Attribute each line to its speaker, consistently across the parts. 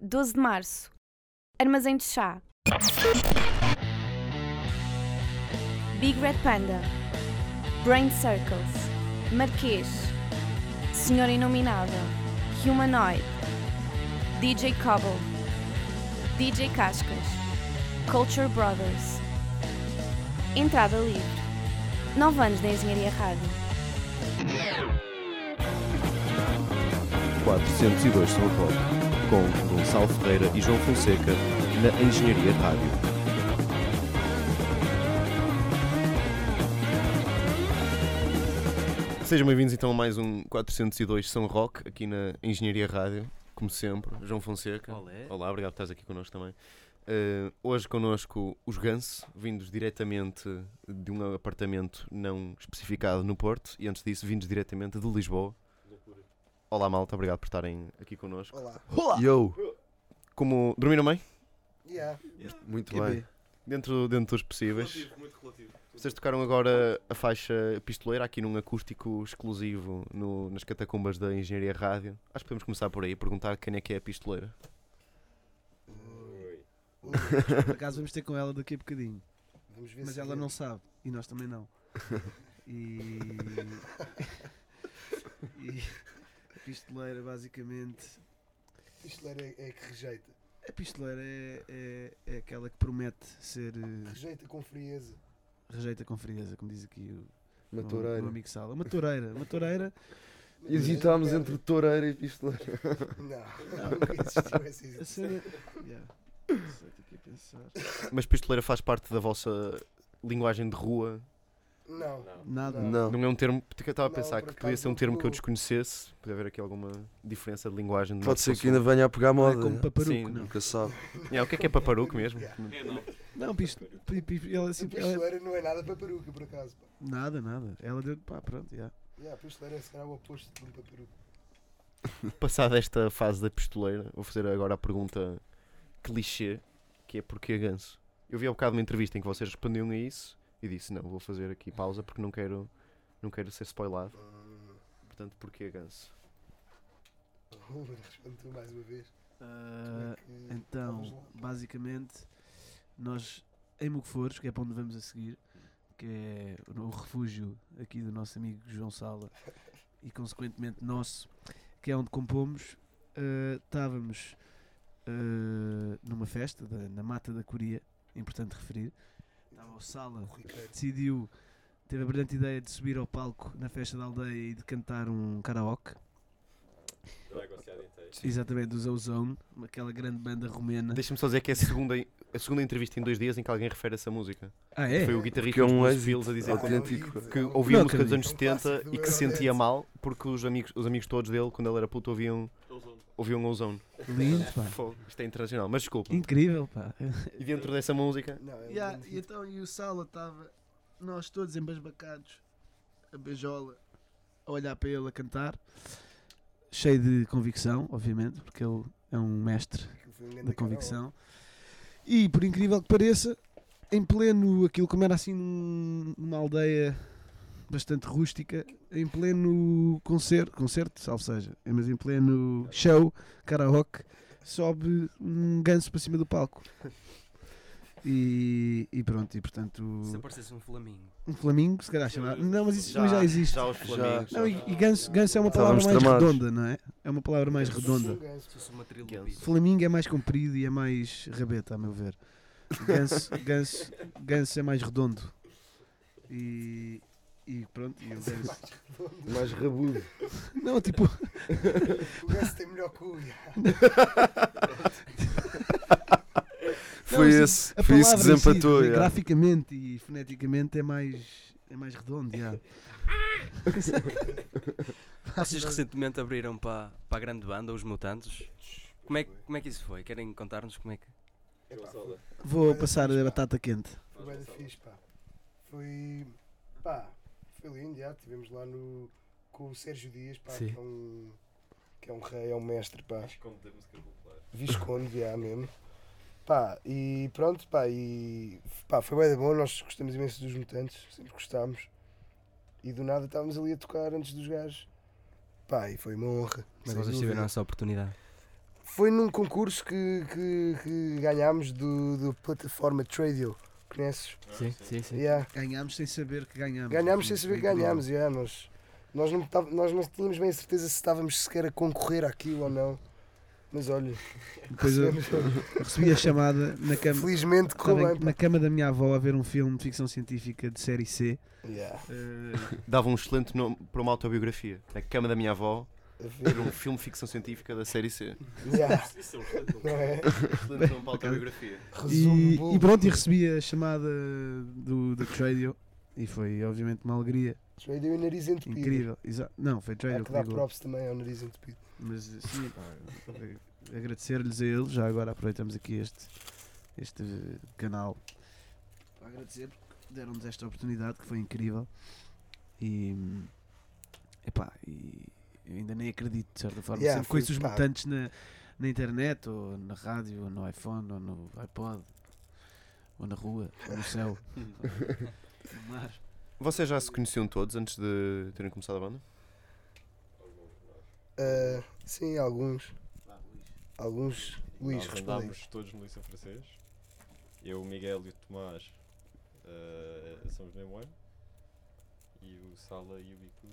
Speaker 1: 12 de março. Armazém de chá. Big Red Panda. Brain Circles. Marquês. Senhora Inominável. Humanoid. DJ Cobble. DJ Cascas. Culture Brothers. Entrada livre. 9 anos na Engenharia Rádio.
Speaker 2: 402 São Paulo, com Gonçalo Ferreira e João Fonseca, na Engenharia Rádio. Sejam bem-vindos então a mais um 402 São Roque, aqui na Engenharia Rádio, como sempre, João Fonseca.
Speaker 3: Olé.
Speaker 2: Olá, obrigado por estás aqui connosco também. Eh, hoje connosco os Ganso, vindos diretamente de um apartamento não especificado no Porto, e antes disso, vindos diretamente de Lisboa. Olá, malta, obrigado por estarem aqui connosco.
Speaker 4: Olá.
Speaker 5: Yo!
Speaker 2: Como dormiram bem?
Speaker 4: Yeah.
Speaker 5: Muito
Speaker 4: QB.
Speaker 5: bem.
Speaker 2: é Dentro, dentro dos possíveis. Vocês tocaram agora a faixa pistoleira aqui num acústico exclusivo no- nas catacumbas da Engenharia Rádio. Acho que podemos começar por aí, perguntar quem é que é a pistoleira.
Speaker 6: Por acaso vamos ter com ela daqui a bocadinho.
Speaker 4: Vamos ver
Speaker 6: Mas
Speaker 4: se é-
Speaker 6: ela não sabe. E nós também não. E. e... A pistoleira, basicamente.
Speaker 4: A pistoleira é, é que rejeita.
Speaker 6: A pistoleira é, é, é aquela que promete ser. eh,
Speaker 4: Rejeita com frieza.
Speaker 6: Rejeita com frieza, como diz aqui o
Speaker 5: Uma
Speaker 6: o-
Speaker 5: toureira.
Speaker 6: o meu amigo Sala. Uma toureira. Uma toureira.
Speaker 4: Mas
Speaker 5: Hesitámos
Speaker 4: não é
Speaker 5: entre toureira e pistoleira.
Speaker 4: pedra. Não, nunca existiu essa
Speaker 6: A
Speaker 4: hesitação.
Speaker 6: cena. Yeah. Só estou aqui a é pensar.
Speaker 2: Mas pistoleira faz parte da vossa linguagem de rua.
Speaker 4: Não.
Speaker 6: Nada.
Speaker 5: Não.
Speaker 2: Não é um termo, porque eu estava a
Speaker 4: Não,
Speaker 2: pensar
Speaker 4: por
Speaker 2: que podia
Speaker 4: acaso
Speaker 2: ser um termo que eu
Speaker 4: não.
Speaker 2: desconhecesse. Podia haver aqui alguma diferença de linguagem. do
Speaker 5: Pode
Speaker 2: nosso
Speaker 5: ser que ainda
Speaker 2: consumo.
Speaker 5: venha a pegar
Speaker 6: Não é
Speaker 5: moda.
Speaker 6: como paparuco,
Speaker 2: Sim.
Speaker 6: não.
Speaker 5: Nunca sabe.
Speaker 2: É, o que é que é paparuco mesmo?
Speaker 6: Não, pisto, pi- pi- ela,
Speaker 4: A
Speaker 6: assim, ela-
Speaker 4: pistoleira não é nada para peruca, por acaso. Pá.
Speaker 6: Nada, nada. Ela deu. Pá, pronto, yeah.
Speaker 4: Yeah, a pistoleira é se calhar o oposto de um para peruca.
Speaker 2: Passada esta fase da pistoleira, vou fazer agora a pergunta clichê, que é porquê ganso? Eu vi há bocado uma entrevista em que vocês respondiam a isso e disse, não, vou fazer aqui pausa porque não quero, não quero ser spoilado.
Speaker 4: Hum.
Speaker 2: Portanto, porquê ganso?
Speaker 4: Ruben, responde tu mais uma vez. Como
Speaker 6: Ah,
Speaker 4: é que- vamos
Speaker 6: Então,
Speaker 4: lá.
Speaker 6: basicamente, nós em Mugfores, que é para onde vamos a seguir, que é o o refúgio aqui do nosso amigo João Sala e consequentemente nosso, que é onde compomos, ah, estávamos ah, numa festa da- na Mata da Coria, importante referir. Estava
Speaker 4: Tipo,
Speaker 6: o Sala,
Speaker 4: Corriqueiro.
Speaker 6: decidiu, teve a brilhante ideia de subir ao palco na festa da aldeia e de cantar um karaoke. Exatamente, do Zone, aquela grande banda
Speaker 5: Né?
Speaker 6: romena.
Speaker 2: Deixa-me só dizer que é a segunda, a segunda entrevista em dois dias em que alguém refere essa música.
Speaker 6: Ah, é?
Speaker 2: Foi o guitarrista
Speaker 5: Porque é
Speaker 2: dos
Speaker 5: um
Speaker 2: Blues
Speaker 5: êxito.
Speaker 2: Fields a dizer
Speaker 4: Ah,
Speaker 5: autêntico.
Speaker 4: não,
Speaker 2: que
Speaker 4: não,
Speaker 2: ouvia
Speaker 6: Não
Speaker 2: a música dos anos
Speaker 4: acredito. É um
Speaker 2: 70
Speaker 4: clássico
Speaker 2: e
Speaker 4: do
Speaker 2: que se sentia
Speaker 4: Eurodance.
Speaker 2: mal porque os amigos, os amigos todos dele, quando ele era puto, ouviam, ouviam Ozone.
Speaker 6: Lindo, pá.
Speaker 2: Fogo, Isto é internacional, mas desculpa.
Speaker 6: Incrível, pá.
Speaker 2: E dentro dessa música,
Speaker 4: Não, é um
Speaker 6: e então, e o Sala estava, nós todos embasbacados, a beijola, a olhar para ele a cantar, cheio de convicção, obviamente, porque ele é um mestre
Speaker 4: que foi um grande
Speaker 6: da
Speaker 4: canal.
Speaker 6: convicção. E, por incrível que pareça, em pleno, aquilo como era assim num- numa aldeia bastante rústica, em pleno concerto, concerto, salvo seja, mas em pleno show, karaoke, sobe um ganso para cima do palco. E, e pronto, e portanto,
Speaker 3: Se aparecesse um flamingo.
Speaker 6: um flamingo, se calhar chamar. Não, mas isso também já existe.
Speaker 2: já os Flamingos.
Speaker 6: Não, e, e ganso, ganso é uma palavra
Speaker 5: Estávamos
Speaker 6: mais
Speaker 5: tramados.
Speaker 6: redonda, não é? É uma palavra mais redonda.
Speaker 4: Um ganso,
Speaker 3: Se fosse uma trilobite.
Speaker 6: Flamingo é mais comprido e é mais rabeta, a meu ver. Ganso, ganso, ganso é mais redondo. E, e pronto, e o ganso.
Speaker 5: Mais rabudo.
Speaker 6: Não, tipo,
Speaker 4: O Um ganso tem melhor cu. yeah.
Speaker 5: Foi
Speaker 6: sim,
Speaker 5: esse.
Speaker 6: assim, a
Speaker 5: Foi isso
Speaker 6: palavra
Speaker 5: que
Speaker 6: em si,
Speaker 5: desempatou. já.
Speaker 6: graficamente e foneticamente é mais, é mais redondo. já.
Speaker 3: Vocês recentemente abriram para, para a grande banda, os Mutantes. Como é, que- como é que isso foi? Querem contar-nos como é que.
Speaker 4: É pá, foi-
Speaker 6: Vou passar a batata quente.
Speaker 4: Foi bem fixe, pá. Foi. pá, foi lindo, já. Estivemos lá no. com o Sérgio Dias, pá,
Speaker 3: Sim.
Speaker 4: que é um. que é um rei, é um mestre, pá. Visconde da música popular. Visconde, já mesmo. Pá, e pronto, pá, e. pá, foi bem bom, nós gostamos imenso dos mutantes, sempre gostámos. E do nada estávamos ali a tocar antes dos gajos. Pá, e foi uma honra. sem
Speaker 3: Mas é vocês
Speaker 4: dúvida.
Speaker 3: tiveram essa oportunidade.
Speaker 4: Foi num concurso que, que, que ganhámos do, do plataforma Tradio. Conheces?
Speaker 7: Sim, sim, sim.
Speaker 4: Yeah.
Speaker 6: Ganhámos sem saber que ganhámos.
Speaker 4: Ganhámos sem
Speaker 6: Foi-
Speaker 4: saber
Speaker 6: foi
Speaker 4: que
Speaker 6: incrível.
Speaker 4: ganhámos, yeah, nós, nós, não tava- nós não tínhamos bem a certeza se estávamos sequer a concorrer àquilo ou não. Mas olha,
Speaker 6: Depois eu
Speaker 4: recebemos-
Speaker 6: recebi a chamada na cama,
Speaker 4: felizmente correu
Speaker 6: estava
Speaker 4: bem.
Speaker 6: na cama da minha avó a ver um filme de ficção científica de série C.
Speaker 4: pá. Yeah,
Speaker 6: Eh,
Speaker 2: Dava um excelente nome para uma autobiografia. Na cama da minha avó,
Speaker 4: a
Speaker 2: era
Speaker 4: ver.
Speaker 2: um filme de ficção científica da série C. Um
Speaker 4: Yeah,
Speaker 6: um
Speaker 4: não é?
Speaker 2: Excelente nome para autobiografia.
Speaker 4: Resumo um
Speaker 6: e,
Speaker 4: bom.
Speaker 6: e pronto, e recebi a chamada do, da Tradio e foi obviamente uma alegria
Speaker 4: Tradio e nariz entupido.
Speaker 6: incrível. Exa- Não, foi
Speaker 4: Há
Speaker 6: Tradio
Speaker 4: É que
Speaker 6: que
Speaker 4: dar
Speaker 6: ligou.
Speaker 4: props também ao nariz entupido.
Speaker 6: Mas sim, pá, a- agradecer-lhes a eles. Já agora aproveitamos aqui este, este eh, canal para agradecer porque deram-nos esta oportunidade que foi incrível. E hum, epá, e eu ainda nem acredito de certa forma.
Speaker 4: Yeah,
Speaker 6: Sempre
Speaker 4: foi,
Speaker 6: conheço os
Speaker 4: pá.
Speaker 6: mutantes na, na internet, ou na rádio, ou no iPhone, ou no iPod, ou na rua, ou no céu, ou no mar.
Speaker 2: Vocês já se conheciam todos antes de terem começado a banda?
Speaker 4: Ah, sim, alguns. Alguns. Luís,
Speaker 7: Nós
Speaker 4: responde aí.
Speaker 7: andámos todos no Liceu Francês. Eu, o Miguel e o Tomás eh, somos do mesmo ano. E o Sala e o Bicudo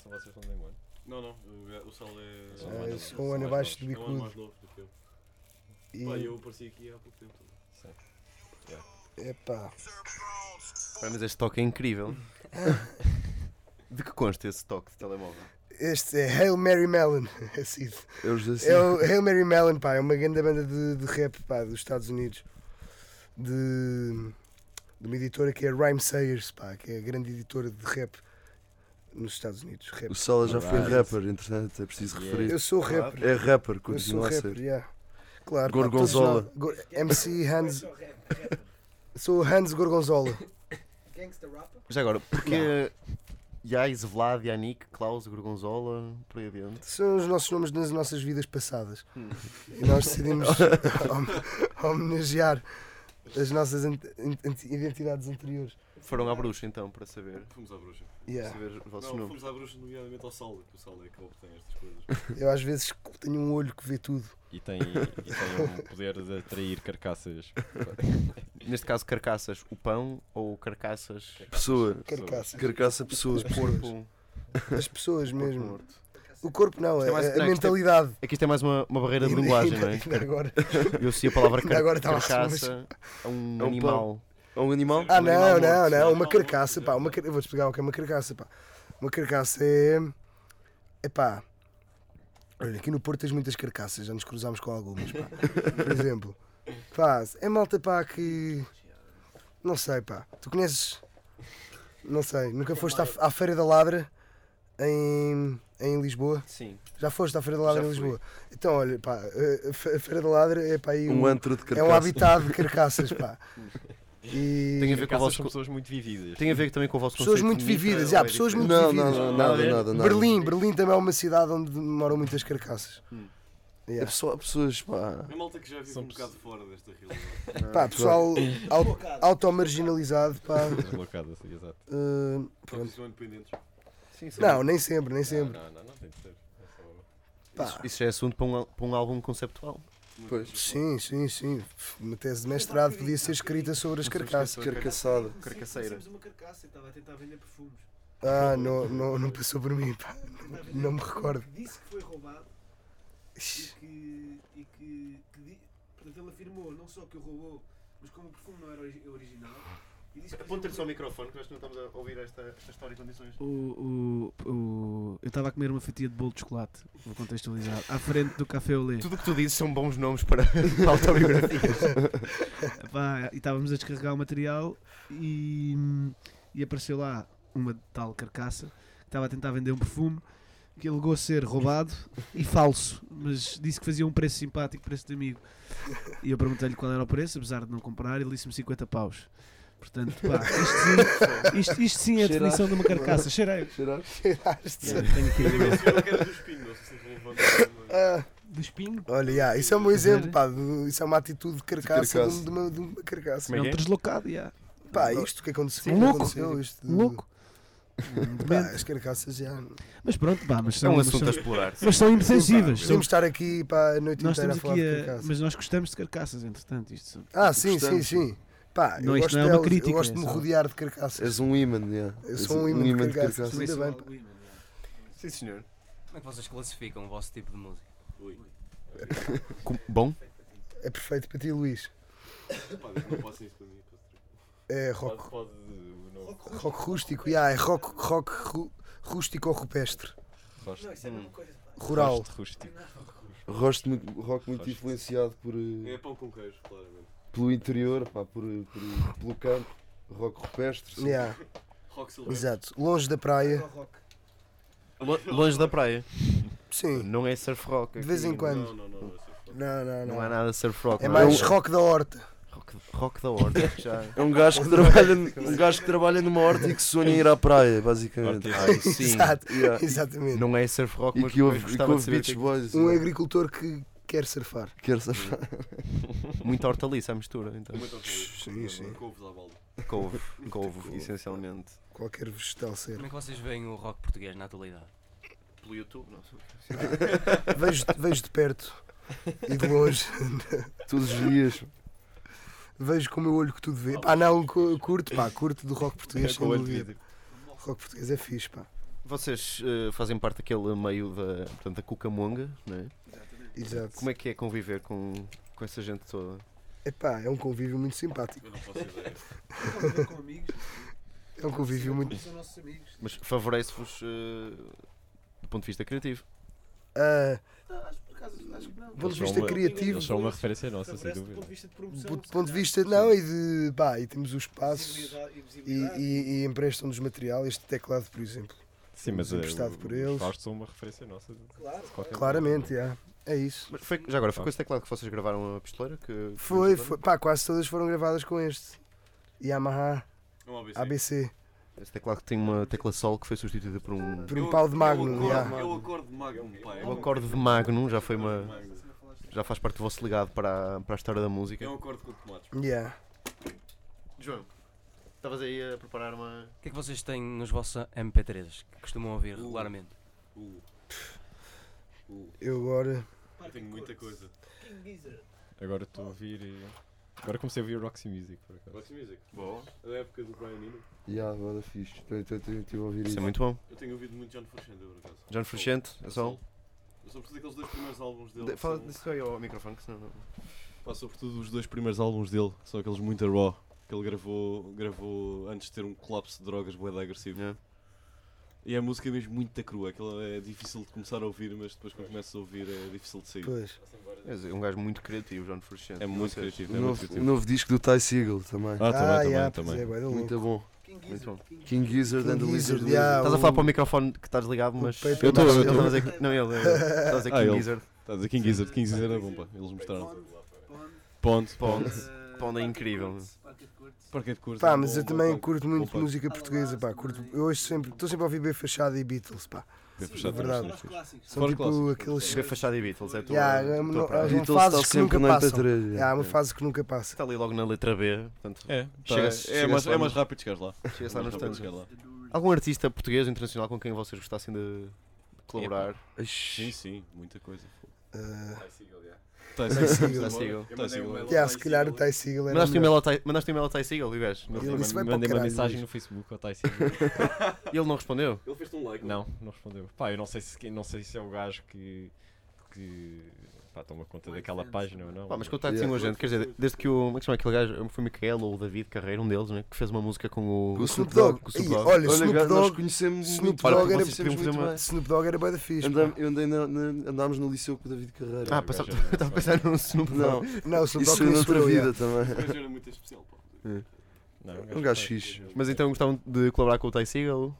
Speaker 7: são vocês são do mesmo ano.
Speaker 8: Não, não, o, ga- o Sal é.
Speaker 7: São mais novos.
Speaker 4: sou um ano
Speaker 7: mais
Speaker 4: abaixo
Speaker 7: novos.
Speaker 4: do
Speaker 8: É um ano mais
Speaker 4: bicudo.
Speaker 8: novo do que eu.
Speaker 4: E,
Speaker 8: Pá, eu apareci aqui há pouco tempo.
Speaker 7: Sim.
Speaker 4: epá,
Speaker 2: Pá, mas este toque é incrível. De que consta esse toque de telemóvel?
Speaker 4: este é Hail Mary Mellon, é Cid.
Speaker 5: Eles assim.
Speaker 4: É o Hail Mary Mellon, pá, é uma grande banda de, de rap, pá, dos Estados Unidos. De, de uma editora que é Rhyme Sayers, pá, que é a grande editora de rap nos Estados Unidos. Rap.
Speaker 5: O Sala já foi
Speaker 7: Alright.
Speaker 5: rapper, entretanto, é preciso
Speaker 7: Yeah.
Speaker 5: referir.
Speaker 4: Eu sou rapper,
Speaker 5: É rapper,
Speaker 4: eu sou
Speaker 5: continua a
Speaker 4: rapper,
Speaker 5: ser.
Speaker 4: yeah. Claro, pá,
Speaker 5: Gorgonzola.
Speaker 4: todos nós- Gor- MC Hans. Sou Hans Gorgonzola.
Speaker 2: Já agora, porque eh, Jais, Vlad, Yannick, Klaus, Gorgonzola, por aí adiante.
Speaker 4: São os nossos nomes nas nossas vidas passadas.
Speaker 2: Hum.
Speaker 4: E nós decidimos hom- homenagear as nossas ante- ante- identidades anteriores.
Speaker 2: Foram à bruxa então, para saber,
Speaker 8: Fomos à bruxa.
Speaker 4: Yeah.
Speaker 2: para saber os vossos
Speaker 8: não,
Speaker 2: nomes.
Speaker 8: fomos à bruxa, nomeadamente ao Sal, que o Sal é que obtém estas coisas.
Speaker 4: Eu às vezes tenho um olho que vê tudo.
Speaker 7: E tem, e tem um poder de atrair carcaças.
Speaker 2: Neste caso, carcaças, o pão ou carcaças,
Speaker 5: Pessoa.
Speaker 4: Carcaça.
Speaker 5: Carcaça pessoas.
Speaker 2: o corpo,
Speaker 4: As pessoas
Speaker 2: corpo
Speaker 4: mesmo.
Speaker 2: morto?
Speaker 4: O corpo não,
Speaker 2: Isto é
Speaker 4: é
Speaker 2: mais-
Speaker 4: a- a
Speaker 2: não, isto é-
Speaker 4: mentalidade.
Speaker 2: É que isto é mais uma, uma barreira de
Speaker 4: Ainda-
Speaker 2: linguagem,
Speaker 4: ainda-
Speaker 2: não é?
Speaker 4: ainda agora.
Speaker 2: Eu sei a palavra
Speaker 4: Ainda
Speaker 2: car
Speaker 4: agora estava a
Speaker 2: carcaça a um
Speaker 5: É um pão.
Speaker 2: animal.
Speaker 5: É um animal?
Speaker 4: Ah,
Speaker 2: Um
Speaker 4: não,
Speaker 2: animal
Speaker 4: não,
Speaker 2: morto,
Speaker 4: não.
Speaker 8: sim.
Speaker 4: Uma carcaça, pá. Uma, car- eu vou-te explicar o que é uma carcaça, pá. Uma carcaça é. É pá. Olha, aqui no Porto tens muitas carcaças, já nos cruzámos com algumas, pá. Por exemplo, pá, é malta, pá, que. Não sei, pá. Tu conheces. Não sei, nunca foste à, f- à Feira da Ladra em, em Lisboa?
Speaker 2: Sim.
Speaker 4: Já foste à Feira da Ladra
Speaker 2: Já
Speaker 4: em
Speaker 2: fui.
Speaker 4: Lisboa? Então, olha, pá, a- a Fe- a Feira da Ladra é pá aí
Speaker 5: Um antro de
Speaker 4: é um
Speaker 5: carcaça.
Speaker 4: habitat de carcaças, pá. E
Speaker 2: Tem a ver com o
Speaker 7: Carcaças
Speaker 2: vosso,
Speaker 7: são pessoas muito vividas.
Speaker 2: tem a ver também com o vosso
Speaker 4: pessoas
Speaker 2: conceito
Speaker 4: muito
Speaker 2: de mito,
Speaker 4: vividas,
Speaker 2: ou
Speaker 4: já,
Speaker 2: é
Speaker 4: pessoas
Speaker 2: diferente?
Speaker 4: muito
Speaker 5: Não, não,
Speaker 4: vividas.
Speaker 5: não, nada, nada, nada.
Speaker 4: Berlim, Berlim também é uma cidade onde moram muitas carcaças.
Speaker 5: É
Speaker 4: Yeah.
Speaker 5: pessoal, pessoas, pá.
Speaker 8: É malta que já vive
Speaker 7: São
Speaker 8: um bocado fora desta realidade.
Speaker 4: Pá, pessoal au- auto-marginalizado, pá.
Speaker 7: Deslocadas, exato.
Speaker 4: Uh,
Speaker 8: Só que
Speaker 4: pronto.
Speaker 8: são independentes.
Speaker 4: Não, nem sempre, nem sempre.
Speaker 7: Não, não, não tem de ser. É só-
Speaker 4: Pá.
Speaker 2: Isso já é assunto para um, al- para um álbum conceptual.
Speaker 5: Pois.
Speaker 4: Sim, sim, sim. Uma tese de mestrado podia ser escrita sobre as
Speaker 2: é
Speaker 4: carcaças.
Speaker 5: Carcaçada.
Speaker 2: Carcaceira.
Speaker 6: uma carcaça e estava a tentar vender perfumes.
Speaker 4: Ah, não, não, não passou por mim, pá. Não me recordo.
Speaker 6: Disse que foi roubado e que. E que, que di- portanto, ele afirmou não só que o roubou, mas como é o perfume não era ori- original. E disse que
Speaker 2: Aponta-lhe só o microfone, que nós não estamos a ouvir esta, esta história em condições.
Speaker 6: o, o, o, eu estava a comer uma fatia de bolo de chocolate, vou contextualizar, à frente do café au lait.
Speaker 2: Tudo o que tu dizes são bons nomes para, para autobiografias.
Speaker 6: Epá, e estávamos a descarregar o material e, e apareceu lá uma tal carcaça que estava a tentar vender um perfume que alegou ser roubado e falso, mas disse que fazia um preço simpático, preço de amigo. E eu perguntei-lhe qual era o preço, apesar de não comprar, ele disse-me 50 paus. Portanto, pá, isto sim, isto, isto sim é a
Speaker 5: Cheira.
Speaker 6: definição de uma carcaça. Cheirei.
Speaker 5: Cheiraste?
Speaker 4: Cheiraste.
Speaker 6: Tenho aqui.
Speaker 8: Eu menciono que era do espinho, não sei se é relevante. mas-
Speaker 4: Ah,
Speaker 6: Do espinho.
Speaker 4: olha, yeah, isso é um bom exemplo, pá. de- Isso é uma atitude de carcaça de, um- de uma, de uma carcaça.
Speaker 2: Como é
Speaker 6: é um
Speaker 2: que é?
Speaker 6: deslocado, yeah.
Speaker 4: Pá, isto que aconteceu,
Speaker 6: Sim, louco.
Speaker 4: aconteceu isto de-
Speaker 6: louco.
Speaker 4: Pá,
Speaker 6: Demente.
Speaker 4: as carcaças já.
Speaker 6: Mas pronto, pá, mas
Speaker 2: É
Speaker 6: são,
Speaker 2: um
Speaker 6: mas
Speaker 2: assunto a
Speaker 6: são,
Speaker 2: explorar.
Speaker 6: mas são insensíveis. são-
Speaker 4: Podemos estar aqui pá, a noite
Speaker 6: nós
Speaker 4: inteira a
Speaker 6: estamos
Speaker 4: falar
Speaker 6: aqui
Speaker 4: de
Speaker 6: a-
Speaker 4: carcaças.
Speaker 6: Mas nós gostamos de carcaças, entretanto. Isto são-
Speaker 4: Ah, sim, sim,
Speaker 5: gostamos.
Speaker 4: sim. Pá, eu
Speaker 6: Não, isto
Speaker 4: gosto
Speaker 6: não é uma
Speaker 4: delas,
Speaker 6: crítica,
Speaker 4: Eu gosto de
Speaker 6: é
Speaker 4: me
Speaker 6: só- É
Speaker 4: rodear de carcaças.
Speaker 5: És um imã, yeah.
Speaker 4: Eu
Speaker 5: És
Speaker 4: sou um imã de carcaças.
Speaker 5: carcaças.
Speaker 4: Ainda bem,
Speaker 2: Sim, senhor.
Speaker 3: Como é que vocês classificam o vosso tipo de música?
Speaker 2: Bom?
Speaker 4: É perfeito para ti, Luís.
Speaker 8: Pá, diz que não passem isso para mim.
Speaker 4: É
Speaker 7: Pode,
Speaker 4: rock,
Speaker 7: pode o nome.
Speaker 4: rock rústico. Yeah, é rock, rock ru- rústico ou rupestre.
Speaker 7: Rosto.
Speaker 4: Rural.
Speaker 7: Rosto rústico.
Speaker 5: Rosto muito- rock muito
Speaker 7: Rosto.
Speaker 5: influenciado por,
Speaker 8: É
Speaker 5: eh,
Speaker 8: pão com queijo, claramente.
Speaker 5: pelo interior, pá, por, por- pelo campo. Rock rupestre. sim.
Speaker 4: Yeah,
Speaker 8: Rock silvestre.
Speaker 4: exato. Longe da praia.
Speaker 2: Longe da praia.
Speaker 4: Sim.
Speaker 2: Não é surf rock.
Speaker 4: De vez
Speaker 2: aqui.
Speaker 4: em quando.
Speaker 8: Não, não, não, não. é surf.
Speaker 4: Não, não,
Speaker 2: Não há
Speaker 4: não.
Speaker 2: nada surf rock.
Speaker 4: É
Speaker 2: não
Speaker 4: mais
Speaker 5: Eu-
Speaker 4: rock da horta.
Speaker 2: Rock, rock da horta. Já.
Speaker 5: É um gajo, que trabalha, um gajo que trabalha numa horta e que sonha em ir à praia, basicamente.
Speaker 2: Ah,
Speaker 7: é
Speaker 2: isso sim.
Speaker 4: Exato.
Speaker 5: Yeah.
Speaker 4: Exatamente.
Speaker 2: Não é surf rock,
Speaker 5: E
Speaker 2: mas
Speaker 5: que
Speaker 2: eu
Speaker 5: ouve, e que
Speaker 2: gostava de
Speaker 5: ouve
Speaker 2: saber.
Speaker 5: Beach
Speaker 2: o é
Speaker 5: Boys.
Speaker 4: Um
Speaker 5: yeah.
Speaker 4: agricultor que quer surfar.
Speaker 5: Quero saber.
Speaker 2: que é que- Muita hortaliça à mistura. Então.
Speaker 8: Muito ao
Speaker 4: Sim, sim.
Speaker 8: Couves à balda.
Speaker 2: Couve. Couve, essencialmente.
Speaker 4: Qualquer vegetal ser.
Speaker 3: Como é que vocês veem o rock português na atualidade?
Speaker 8: Pelo YouTube, não sei.
Speaker 4: Vejo, vejo de perto e de longe.
Speaker 5: Todos os dias.
Speaker 4: Vejo com o meu olho que tudo vê. Pá, não, cu- curto, pá, curto do rock português, sem
Speaker 7: É Com olho de
Speaker 4: dúvida.
Speaker 7: vidro.
Speaker 4: O rock português é fixe, pá.
Speaker 2: Vocês eh, fazem parte daquele meio da, portanto, da cucamonga, não é?
Speaker 4: Exato.
Speaker 2: Como é que é conviver com, com essa gente toda?
Speaker 4: Epá, é um convívio muito simpático.
Speaker 8: Eu não faço ideia.
Speaker 4: É um convívio muito.
Speaker 6: São nossos amigos.
Speaker 2: Mas favorece-vos eh, do ponto de vista criativo.
Speaker 4: Ah,
Speaker 6: não.
Speaker 4: do ponto de
Speaker 7: Eles são
Speaker 4: vista
Speaker 7: uma-
Speaker 4: é criativo,
Speaker 7: Eles são uma referência nossa, sem
Speaker 6: Favorece do
Speaker 7: dúvida.
Speaker 6: ponto de vista de promoção,
Speaker 4: do
Speaker 6: se
Speaker 4: ponto de
Speaker 6: calhar,
Speaker 4: vista. Não, e de. Pá, e temos os espaços
Speaker 6: visibilidade
Speaker 4: e,
Speaker 6: visibilidade.
Speaker 4: e, e emprestam-nos material. Este teclado, por exemplo.
Speaker 7: Sim, mas
Speaker 4: Nos
Speaker 7: eh,
Speaker 4: emprestado por
Speaker 7: os
Speaker 4: eles.
Speaker 7: Faustos são uma referência nossa. de- de qualquer
Speaker 4: Claramente,
Speaker 7: maneira.
Speaker 4: já. É isso.
Speaker 2: Mas foi- já agora, foi com esse teclado que vocês gravaram a pistoleira? Que, que
Speaker 4: Foi,
Speaker 2: gravaram?
Speaker 4: foi. Pá, quase todas foram gravadas com este. Yamaha
Speaker 8: É um ABC.
Speaker 4: ABC.
Speaker 2: Esse teclado que tem uma tecla sol que foi substituída por um,
Speaker 4: Por um
Speaker 8: Eu-
Speaker 4: pau de Magnum,
Speaker 8: Eu
Speaker 4: já.
Speaker 8: acordo, eu acordo de Magnum, pá. é
Speaker 2: um
Speaker 8: um-
Speaker 2: acorde de Magnum, já foi uma.
Speaker 8: Magnum.
Speaker 4: assim.
Speaker 2: Já faz parte do vosso legado para, a- para a história da música.
Speaker 8: É um acorde com tomates.
Speaker 4: Yeah.
Speaker 2: Então, João, estavas aí a preparar uma.
Speaker 3: O que é que vocês têm nos vossos MP3 que costumam ouvir
Speaker 8: Uh.
Speaker 3: regularmente?
Speaker 8: Uh. Uh.
Speaker 4: Eu agora.
Speaker 8: Eu tenho muita coisa.
Speaker 7: Agora estou a ouvir. eh, Agora comecei a ouvir Roxy Music, por acaso.
Speaker 8: Rock Music. Bom. Da época do Brian Eno.
Speaker 5: Ya, agora fixe. Estive a ouvir
Speaker 2: Isso
Speaker 5: isso.
Speaker 2: é muito bom.
Speaker 8: Eu tenho ouvido muito John Frusciante, por acaso.
Speaker 2: John Frusciante, é
Speaker 8: Sol.
Speaker 2: só.
Speaker 8: Sol. Eu sou preciso daqueles dois primeiros álbuns dele.
Speaker 2: De-
Speaker 8: que
Speaker 2: Fala
Speaker 8: são-
Speaker 2: disso aí ao microfone, que senão não.
Speaker 8: Pá, sobretudo os dois primeiros álbuns dele, que são aqueles muito raw, que ele gravou, gravou antes de ter um colapso de drogas boeda agressivo.
Speaker 2: Yeah.
Speaker 8: E a música é mesmo muito crua, aquela é difícil de começar a ouvir, mas depois quando começas a ouvir é difícil de sair.
Speaker 4: Pois.
Speaker 2: Quer dizer, É um gajo muito criativo, John Frusciante.
Speaker 8: É muito
Speaker 2: Vocês-
Speaker 8: criativo,
Speaker 5: O
Speaker 8: é muito
Speaker 5: novo, o
Speaker 8: criativo.
Speaker 5: novo disco do Ty Siegel também.
Speaker 7: Ah, também, também,
Speaker 4: yeah,
Speaker 7: também.
Speaker 4: pois é, bué da louco.
Speaker 5: muito bom.
Speaker 2: Muito bom.
Speaker 5: King Gizzard and the
Speaker 4: King Gizzard,
Speaker 5: Lizard Wizard.
Speaker 4: yeah,
Speaker 2: Ah, Estás a falar
Speaker 4: o-
Speaker 2: para o microfone que estás ligado, mas.
Speaker 4: peito
Speaker 7: Eu tô, eu
Speaker 2: Ele
Speaker 7: tô.
Speaker 2: estava a dizer que- Não, ele. ele- Estava a dizer
Speaker 7: Ah,
Speaker 2: King
Speaker 7: ele.
Speaker 2: Gizzard.
Speaker 7: Estás a dizer King Gizzard, King Gizzard é bom, pá. Eles mostraram.
Speaker 2: Ponte.
Speaker 7: Ponte, ponte.
Speaker 2: Ponte é incrível.
Speaker 7: Parque de curso. é
Speaker 4: Pá, mas eu também curto muito
Speaker 7: Opa.
Speaker 4: música portuguesa, pá. Curto, eu ouço sempre, estou sempre a ouvir B Fachada e Beatles, pá.
Speaker 7: É
Speaker 4: verdade. São
Speaker 7: Fora
Speaker 4: tipo
Speaker 7: clássicos.
Speaker 4: aqueles.
Speaker 2: Chega Fachada e Beatles, é tua.
Speaker 4: Yeah,
Speaker 2: tua
Speaker 5: tá
Speaker 4: não-
Speaker 2: praia.
Speaker 4: não-
Speaker 5: Beatles
Speaker 4: fases
Speaker 5: está
Speaker 4: que
Speaker 5: sempre
Speaker 4: nunca
Speaker 5: na né?
Speaker 4: passam.
Speaker 5: MP3.
Speaker 4: Yeah, há uma
Speaker 5: yeah.
Speaker 4: fase que nunca passa.
Speaker 2: Está ali logo na letra B, portanto,
Speaker 7: É, tá,
Speaker 2: Chega-se-
Speaker 7: é, mais,
Speaker 2: chega-se lá
Speaker 7: é mais
Speaker 2: no-
Speaker 7: rápido chegares lá.
Speaker 2: chega-se lá
Speaker 7: É mais
Speaker 2: nos tantos.
Speaker 7: rápido chegar lá.
Speaker 2: Algum artista português ou internacional com quem vocês gostassem de colaborar?
Speaker 7: Sim, sim, muita coisa.
Speaker 4: Ah,
Speaker 7: Tá,
Speaker 4: Ty Siegel.
Speaker 7: Tá,
Speaker 2: Ty Siegel.
Speaker 8: um
Speaker 7: Tá, Siegel.
Speaker 4: yeah, se calhar tá o Ty Siegel era
Speaker 2: Mandaste um
Speaker 4: melhor.
Speaker 2: e-mail ao Ty- Mandaste um e-mail ao Ty Siegel, e o gajo?
Speaker 4: Ele disse, "Vai para o
Speaker 7: mandei uma
Speaker 4: caralho,
Speaker 7: mensagem
Speaker 4: Luís."
Speaker 7: no Facebook ao Ty Siegel.
Speaker 2: Ele não respondeu?
Speaker 8: Ele fez-te um like,
Speaker 7: Não, não respondeu. Pá, eu não sei se, não sei se é o gajo que. que pá, toma conta daquela página ou não.
Speaker 2: Pá, mas que o Tato tinha um gente, quer dizer, desde que o. Como é que se chama aquele gajo? Foi o Micael ou o David Carreira, um deles, né? Que fez uma música com o.
Speaker 5: Com o Snoop
Speaker 4: Dogg.
Speaker 2: Com o Snoop Dogg.
Speaker 4: Ih, Olha,
Speaker 5: Olha,
Speaker 4: Snoop
Speaker 5: gajo, nós
Speaker 4: Dogg.
Speaker 5: conhecemos
Speaker 4: Snoop
Speaker 5: muito bem.
Speaker 4: Dogg era-
Speaker 5: Vocês conhecem
Speaker 2: podemos
Speaker 5: muito
Speaker 2: fazer uma-
Speaker 5: bem.
Speaker 4: Snoop Dogg era bué da fixe.
Speaker 5: Andam-
Speaker 4: pá.
Speaker 5: Eu andei na- na- andámos no liceu com o David Carreira.
Speaker 2: Ah,
Speaker 7: o
Speaker 2: pensava-
Speaker 7: é um gajo era-
Speaker 2: estava a pensar no Snoop
Speaker 5: Não,
Speaker 2: Dogg.
Speaker 4: Não, o Snoop
Speaker 5: isso
Speaker 4: Dogg
Speaker 5: foi
Speaker 4: nem
Speaker 5: noutra
Speaker 4: sou eu.
Speaker 5: vida também.
Speaker 8: O gajo era muito especial, pá.
Speaker 7: Não,
Speaker 5: É um gajo fixe.
Speaker 2: Mas então gostavam de colaborar com o Ty Siegel?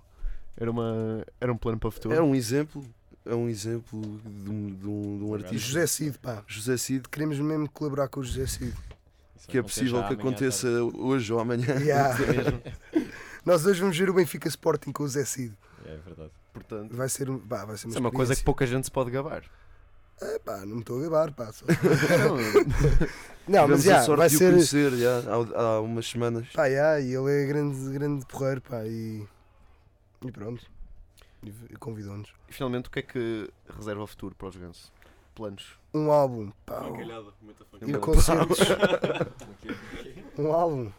Speaker 2: Era, uma, era um plano para o futuro?
Speaker 5: É um exemplo. É um exemplo de um, de um- de um
Speaker 7: gajo.
Speaker 4: E
Speaker 5: artista.
Speaker 4: José Cid, pá.
Speaker 5: José Cid,
Speaker 4: Queremos mesmo colaborar com o José Cid.
Speaker 7: Isso
Speaker 5: que é
Speaker 7: vai acontecer
Speaker 5: possível
Speaker 7: já
Speaker 5: que
Speaker 7: amanhã à
Speaker 5: aconteça
Speaker 7: tarde.
Speaker 5: hoje ou amanhã.
Speaker 4: Yeah.
Speaker 2: mesmo.
Speaker 4: Nós hoje vamos ver o Benfica Sporting com o José Cid.
Speaker 7: É, é verdade.
Speaker 2: Portanto,
Speaker 4: Vai ser, um- pá, vai ser uma
Speaker 2: isso é uma coisa que
Speaker 4: experiência.
Speaker 2: pouca gente se pode gabar.
Speaker 4: É, pá, não me estou a gabar, pá. só-
Speaker 2: Não,
Speaker 4: Não, mas
Speaker 5: Tivemos a
Speaker 4: já,
Speaker 5: sorte
Speaker 4: vai
Speaker 5: de o
Speaker 4: ser.
Speaker 5: conhecer já, há, há umas semanas.
Speaker 4: Pá, já, e ele é grande, grande porreiro, pá, e E pronto. E v- Convidou-nos.
Speaker 2: E finalmente, o que é que reserva o futuro para os Guns? Planos.
Speaker 4: Um álbum. Pá,
Speaker 8: Calhada, muita fã.
Speaker 4: ir concertos. um álbum.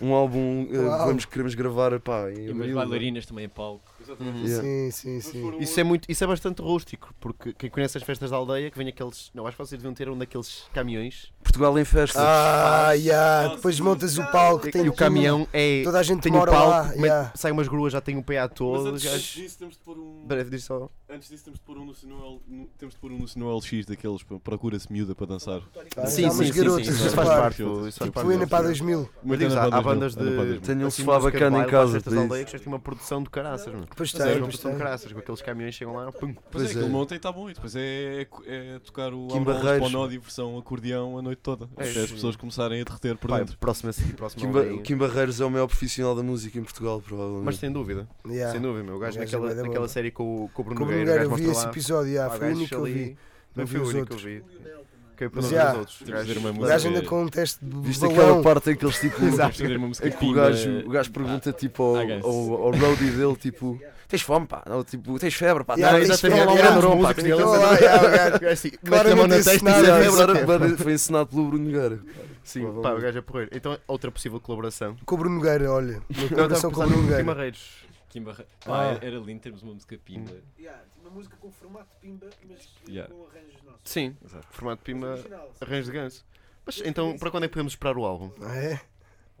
Speaker 5: Um álbum eh,
Speaker 4: Uau.
Speaker 5: vamos, queremos gravar pá, em
Speaker 7: E umas
Speaker 5: abril.
Speaker 7: bailarinas também a palco.
Speaker 5: Yeah.
Speaker 4: Sim, sim, sim.
Speaker 2: Isso é, muito, isso é bastante rústico, porque quem conhece as festas da aldeia, que vem aqueles. Não, acho que vocês deviam ter um daqueles caminhões.
Speaker 5: Portugal em festa.
Speaker 4: Ah, yeah. depois montas o palco. Tem
Speaker 2: um. e o
Speaker 4: tudo.
Speaker 2: caminhão é.
Speaker 4: Toda a gente
Speaker 2: Tem o
Speaker 4: mora
Speaker 2: palco,
Speaker 4: lá.
Speaker 2: mete-
Speaker 4: yeah.
Speaker 2: sai umas gruas, já tem o pé à
Speaker 8: Mas
Speaker 2: toa.
Speaker 8: antes, antes
Speaker 2: gajo-
Speaker 8: disso temos de pôr um.
Speaker 2: Breve, diz só.
Speaker 8: Antes disso temos de pôr um no sinal, no- temos de pôr um no sinal LX daqueles, pá, procura-se miúda para dançar.
Speaker 2: Sim,
Speaker 4: Pá, há
Speaker 2: sim,
Speaker 4: umas
Speaker 2: sim, sim,
Speaker 4: garotas,
Speaker 2: isso faz
Speaker 4: repara.
Speaker 2: parte. do- Isso faz
Speaker 4: Tipo,
Speaker 2: parte
Speaker 4: ainda
Speaker 2: do-
Speaker 4: para 2000.
Speaker 2: Mas digo, há, há bandas de.
Speaker 5: Tenho um
Speaker 2: assim,
Speaker 5: sofá
Speaker 2: música de
Speaker 5: bacana em
Speaker 2: baile,
Speaker 5: casa
Speaker 2: festas
Speaker 5: para isso.
Speaker 2: aldeias, tem uma produção de caraças, mano.
Speaker 4: Depois
Speaker 2: Sério,
Speaker 4: tem,
Speaker 2: uma
Speaker 4: depois
Speaker 2: produção de
Speaker 4: tem.
Speaker 2: caraças, com aqueles caminhões chegam lá, pum.
Speaker 8: Pois é,
Speaker 5: Pois
Speaker 8: aquele
Speaker 5: é.
Speaker 8: monte aí está bom e depois é, é, é tocar o
Speaker 5: Kim
Speaker 8: Kim Barreiros
Speaker 5: Barreiros,
Speaker 8: Ponodi versão acordeão a noite toda.
Speaker 2: É,
Speaker 8: até as
Speaker 2: sim.
Speaker 8: pessoas começarem a derreter por
Speaker 2: Pá,
Speaker 8: dentro.
Speaker 2: próxima a seguir, próxima
Speaker 5: Kim,
Speaker 2: ao
Speaker 5: Ba-
Speaker 2: meio.
Speaker 5: Kim Barreiros é o maior profissional da música em Portugal,
Speaker 2: Mas
Speaker 5: provavelmente.
Speaker 2: sem dúvida,
Speaker 4: Yeah.
Speaker 2: sem dúvida, meu. O gajo
Speaker 4: O gajo é
Speaker 2: naquela,
Speaker 4: bué da
Speaker 2: naquela
Speaker 4: bom.
Speaker 2: série com, o- com o Bruno
Speaker 4: Com o
Speaker 2: Nogueira,
Speaker 4: Brugueira,
Speaker 2: o
Speaker 4: eu
Speaker 2: um gajo
Speaker 4: vi esse
Speaker 2: mostra lá.
Speaker 4: episódio,
Speaker 2: pá,
Speaker 4: yeah, foi o
Speaker 2: gajos
Speaker 4: único que eu
Speaker 2: ali- um
Speaker 4: vi.
Speaker 2: Não foi
Speaker 4: Não vi
Speaker 2: o
Speaker 4: os
Speaker 2: único que eu
Speaker 4: outros.
Speaker 2: vi. Caiu para
Speaker 4: Mas
Speaker 2: não ver
Speaker 4: já,
Speaker 2: os outros.
Speaker 8: Temos de ver
Speaker 2: Gajos-
Speaker 8: uma
Speaker 4: O gajo
Speaker 8: música.
Speaker 4: ainda com um teste de
Speaker 5: Viste aquela
Speaker 4: balão.
Speaker 5: parte em que eles tipo.
Speaker 8: Temos de fazer uma música
Speaker 5: É que o
Speaker 8: Kim
Speaker 5: gajo,
Speaker 8: da-
Speaker 5: o gajo pergunta tipo ao,
Speaker 8: Ah, gajo.
Speaker 5: ao, ao roadie dele tipo Tens fome pá? Não, tipo, tens febre pá?
Speaker 4: Yeah,
Speaker 5: Não,
Speaker 4: tens
Speaker 5: isso é
Speaker 4: febre,
Speaker 5: febre,
Speaker 4: yeah.
Speaker 5: não, não, pá,
Speaker 2: Músicos
Speaker 5: tem
Speaker 2: deles,
Speaker 5: febre."
Speaker 4: Então, lá, yeah, o gajo-
Speaker 2: Gajo assim, mete a mão
Speaker 4: Claramente
Speaker 2: na testa e diz,
Speaker 4: ensinado,
Speaker 2: "É
Speaker 5: Yeah,
Speaker 2: febre,
Speaker 5: isso
Speaker 2: não
Speaker 5: era-
Speaker 2: quero."
Speaker 5: Foi ensinado pelo Bruno Nogueira.
Speaker 2: Sim, pá, o gajo é porreiro. Então, outra possível colaboração.
Speaker 4: Com o Bruno Nogueira, olha. Uma
Speaker 2: Não, estava
Speaker 4: colaboração
Speaker 2: a
Speaker 4: com o
Speaker 2: pensar
Speaker 4: Bruno
Speaker 2: no Kim
Speaker 4: Nogueira.
Speaker 2: Barreiros.
Speaker 7: Kim Barre- Pá,
Speaker 4: Ah.
Speaker 7: era lindo termos uma música pimba.
Speaker 5: Hum.
Speaker 6: Yeah, uma música com formato pimba, mas
Speaker 7: Yeah.
Speaker 6: com arranjos nossos.
Speaker 2: Sim,
Speaker 7: Exato.
Speaker 2: formato Pima, arranjo de ganso. Mas então, para quando é que podemos esperar o álbum?
Speaker 4: Ah, é?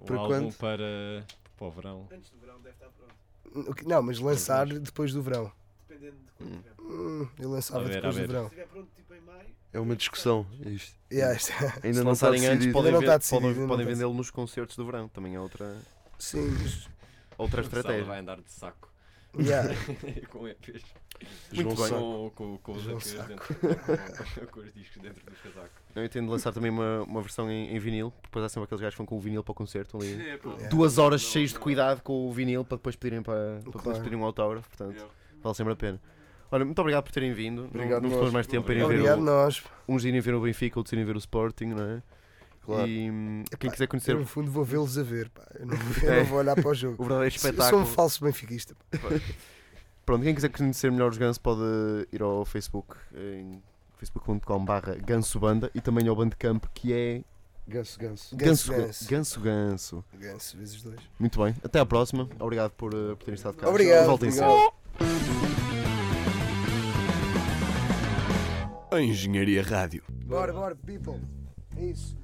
Speaker 7: Um
Speaker 5: Para
Speaker 7: álbum
Speaker 5: quando?
Speaker 7: para, para o verão.
Speaker 6: Antes do verão deve estar pronto,
Speaker 4: O que- Não, mas lançar depois do verão.
Speaker 6: dependendo de
Speaker 2: quando Hum.
Speaker 6: tiver
Speaker 4: Hum, eu lançava
Speaker 7: A ver,
Speaker 4: depois
Speaker 7: a
Speaker 4: do
Speaker 7: ver.
Speaker 4: verão.
Speaker 6: estiver pronto tipo em maio,
Speaker 5: É uma discussão é isto.
Speaker 4: Yeah, isto é-
Speaker 5: Ainda
Speaker 2: Se
Speaker 5: não está
Speaker 2: lançarem antes,
Speaker 5: decidido.
Speaker 2: podem,
Speaker 4: Ainda não
Speaker 2: ver-
Speaker 4: está decidido,
Speaker 2: podem-
Speaker 4: ainda não
Speaker 2: podem
Speaker 4: está
Speaker 2: vendê-lo nos concertos do verão. Também é outra,
Speaker 4: Sim, mas-
Speaker 2: outra
Speaker 7: O Sala
Speaker 2: estratégia.
Speaker 7: vai andar de saco.
Speaker 4: yeah.
Speaker 7: com EPs.
Speaker 5: Um
Speaker 2: Muito bem.
Speaker 7: Com, com, com os
Speaker 4: João
Speaker 7: EPs dentro. Com, com os discos dentro do casaco.
Speaker 2: Eu entendo lançar também uma, uma versão em, em vinil. porque Depois há sempre aqueles gajos que vão com o vinil para o concerto. Ali.
Speaker 8: É, pá.
Speaker 4: Yeah.
Speaker 2: Duas horas cheias de cuidado com o vinil para depois pedirem, para, para depois
Speaker 4: Claro.
Speaker 2: pedirem um autógrafo. Portanto,
Speaker 8: Yeah.
Speaker 2: vale sempre a pena. Olha, muito obrigado por terem vindo.
Speaker 5: Obrigado
Speaker 2: não não
Speaker 5: nós.
Speaker 2: ficamos mais tempo para irem ver
Speaker 4: Obrigado,
Speaker 2: o,
Speaker 4: nós.
Speaker 2: uns irem ver o Benfica, outros irem ver o Sporting, não é?
Speaker 5: Claro.
Speaker 2: E hum, quem
Speaker 4: Epá,
Speaker 2: quiser
Speaker 4: Eu,
Speaker 2: conhecer
Speaker 4: no
Speaker 2: o
Speaker 4: fundo, vou vê-los a ver. Pá. Eu, não, eu
Speaker 2: É.
Speaker 4: não vou olhar para o jogo.
Speaker 2: verdadeiro
Speaker 4: Eu sou
Speaker 2: espetáculo.
Speaker 4: um falso benfiquista. pá.
Speaker 2: Pronto, quem quiser conhecer melhor os Ganso pode ir ao Facebook eh, em facebook.com/barra Ganso Banda e também ao Bandcamp que é
Speaker 5: Ganso, ganso.
Speaker 2: Ganso
Speaker 4: Ganso
Speaker 2: Ganso.
Speaker 4: Ganso.
Speaker 2: Ganso,
Speaker 4: Ganso, vezes dois.
Speaker 2: Muito bem, até à próxima. Obrigado por, eh, por terem estado cá.
Speaker 4: Obrigado,
Speaker 2: Voltem sempre.
Speaker 4: obrigado.
Speaker 9: Engenharia Rádio.
Speaker 4: Bora, bora, people. É isso.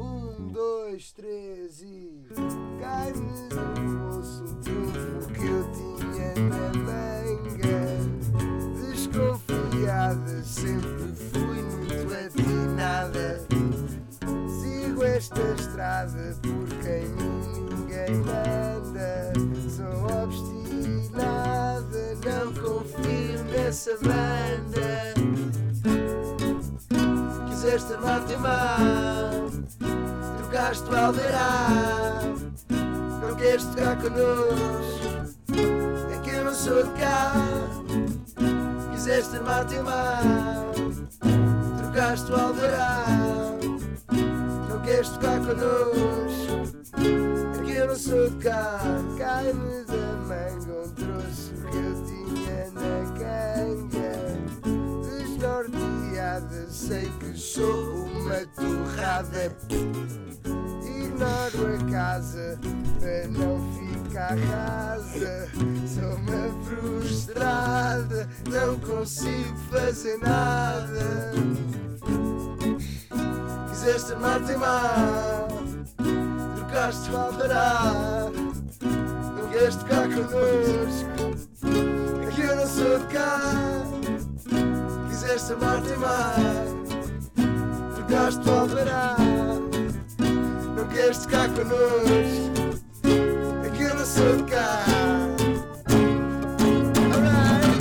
Speaker 4: Um, dois, três e. Cai-me no bolso um trunfo que eu tinha na manga. Desconfiada, sempre fui muito atinada. Sigo esta estrada por quem ninguém manda. Sou obstinada, não confio nessa banda quiseste amar-te mal, trocaste o aldeirá, não queres tocar connosco, é que eu não sou de cá, quiseste amar-te mal, trocaste o aldeirá, não queres tocar connosco, é que eu não sou de cá, cai-me da manga um troço que eu tinha na canga. Desnorteada, sei que sou uma torrada. Ignoro a casa para não ficar rasa. Sou uma frustrada, não consigo fazer nada. Quiseste amar-te mal, trocaste faltará. Não queres tocar connosco, é que eu não sou de cá quiseste amar-te mais, trocaste o alvará, não queres tocar connosco, aqui eu não sou de cá. Alright.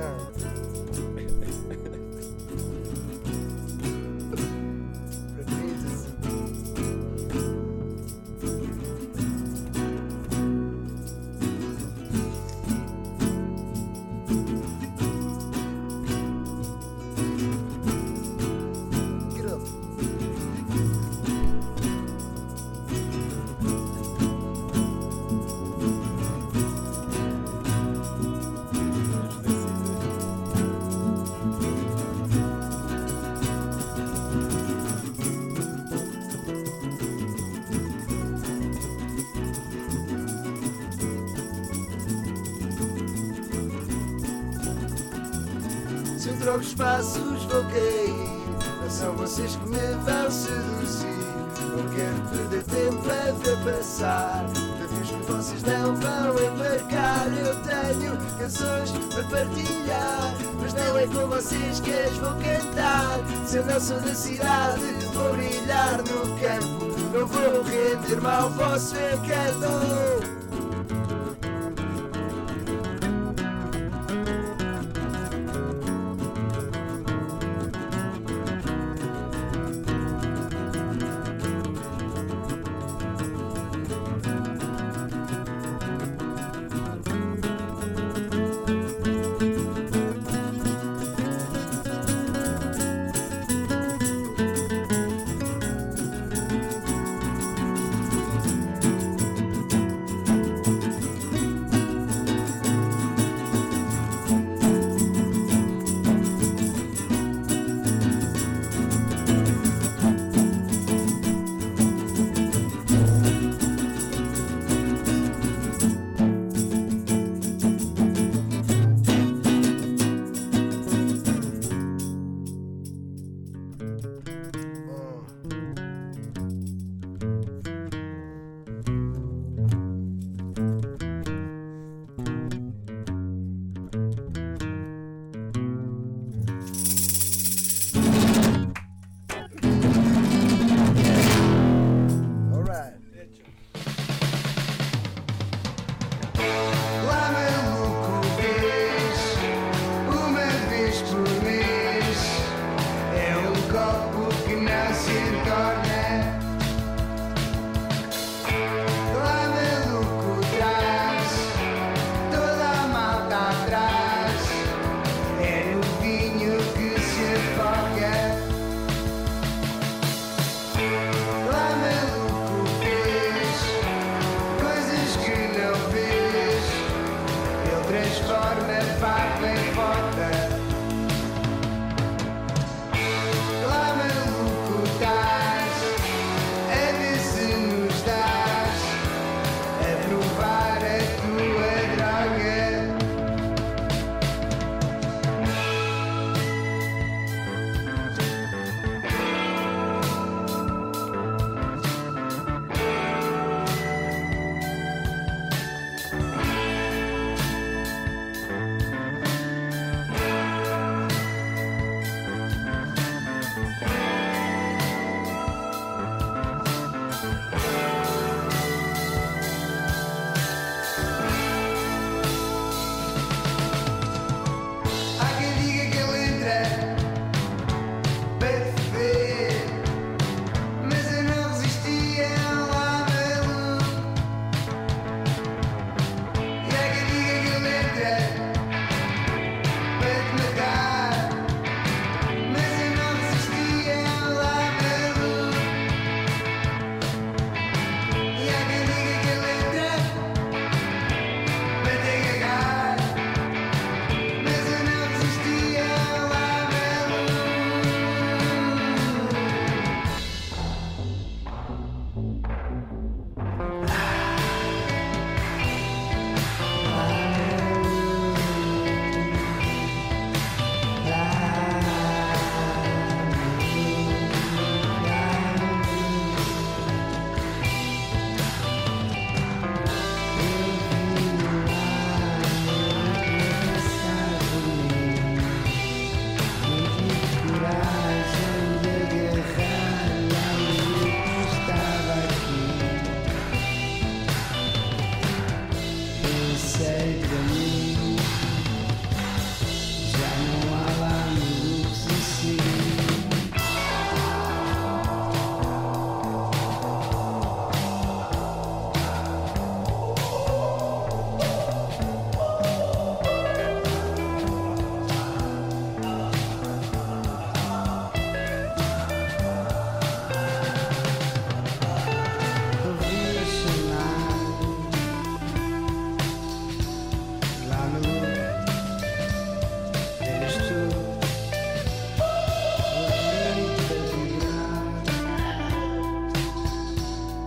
Speaker 4: Ah. Prefeitos. entre alguns passos vou cair. Não são vocês que me vão seduzir. Não quero perder tempo a ver passar. Navios que vocês não vão embarcar. Eu tenho canções para partilhar. Mas não é com vocês que as vou cantar. Se eu não sou da cidade, vou brilhar no campo. Não vou render-me ao vosso encanto. é é é é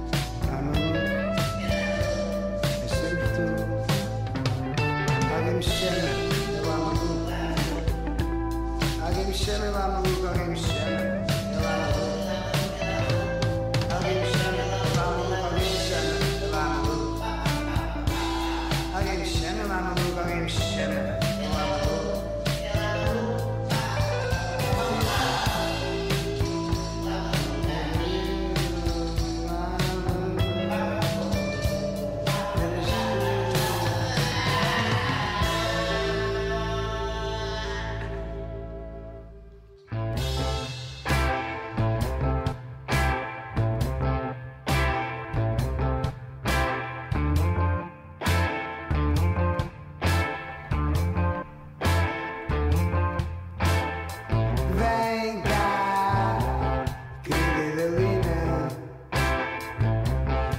Speaker 4: é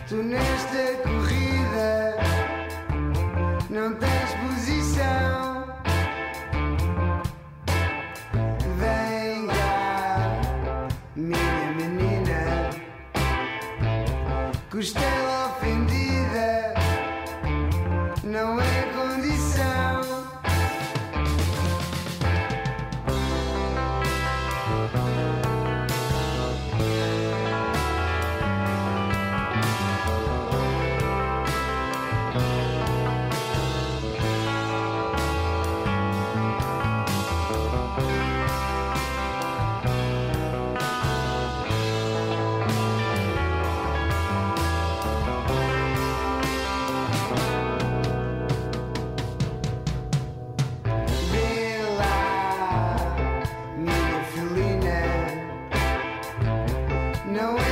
Speaker 4: Tu nesta corrida não tens posição. Vem cá, minha menina, costela ofendida não é condição. Vê lá, minha filina, né? não né? é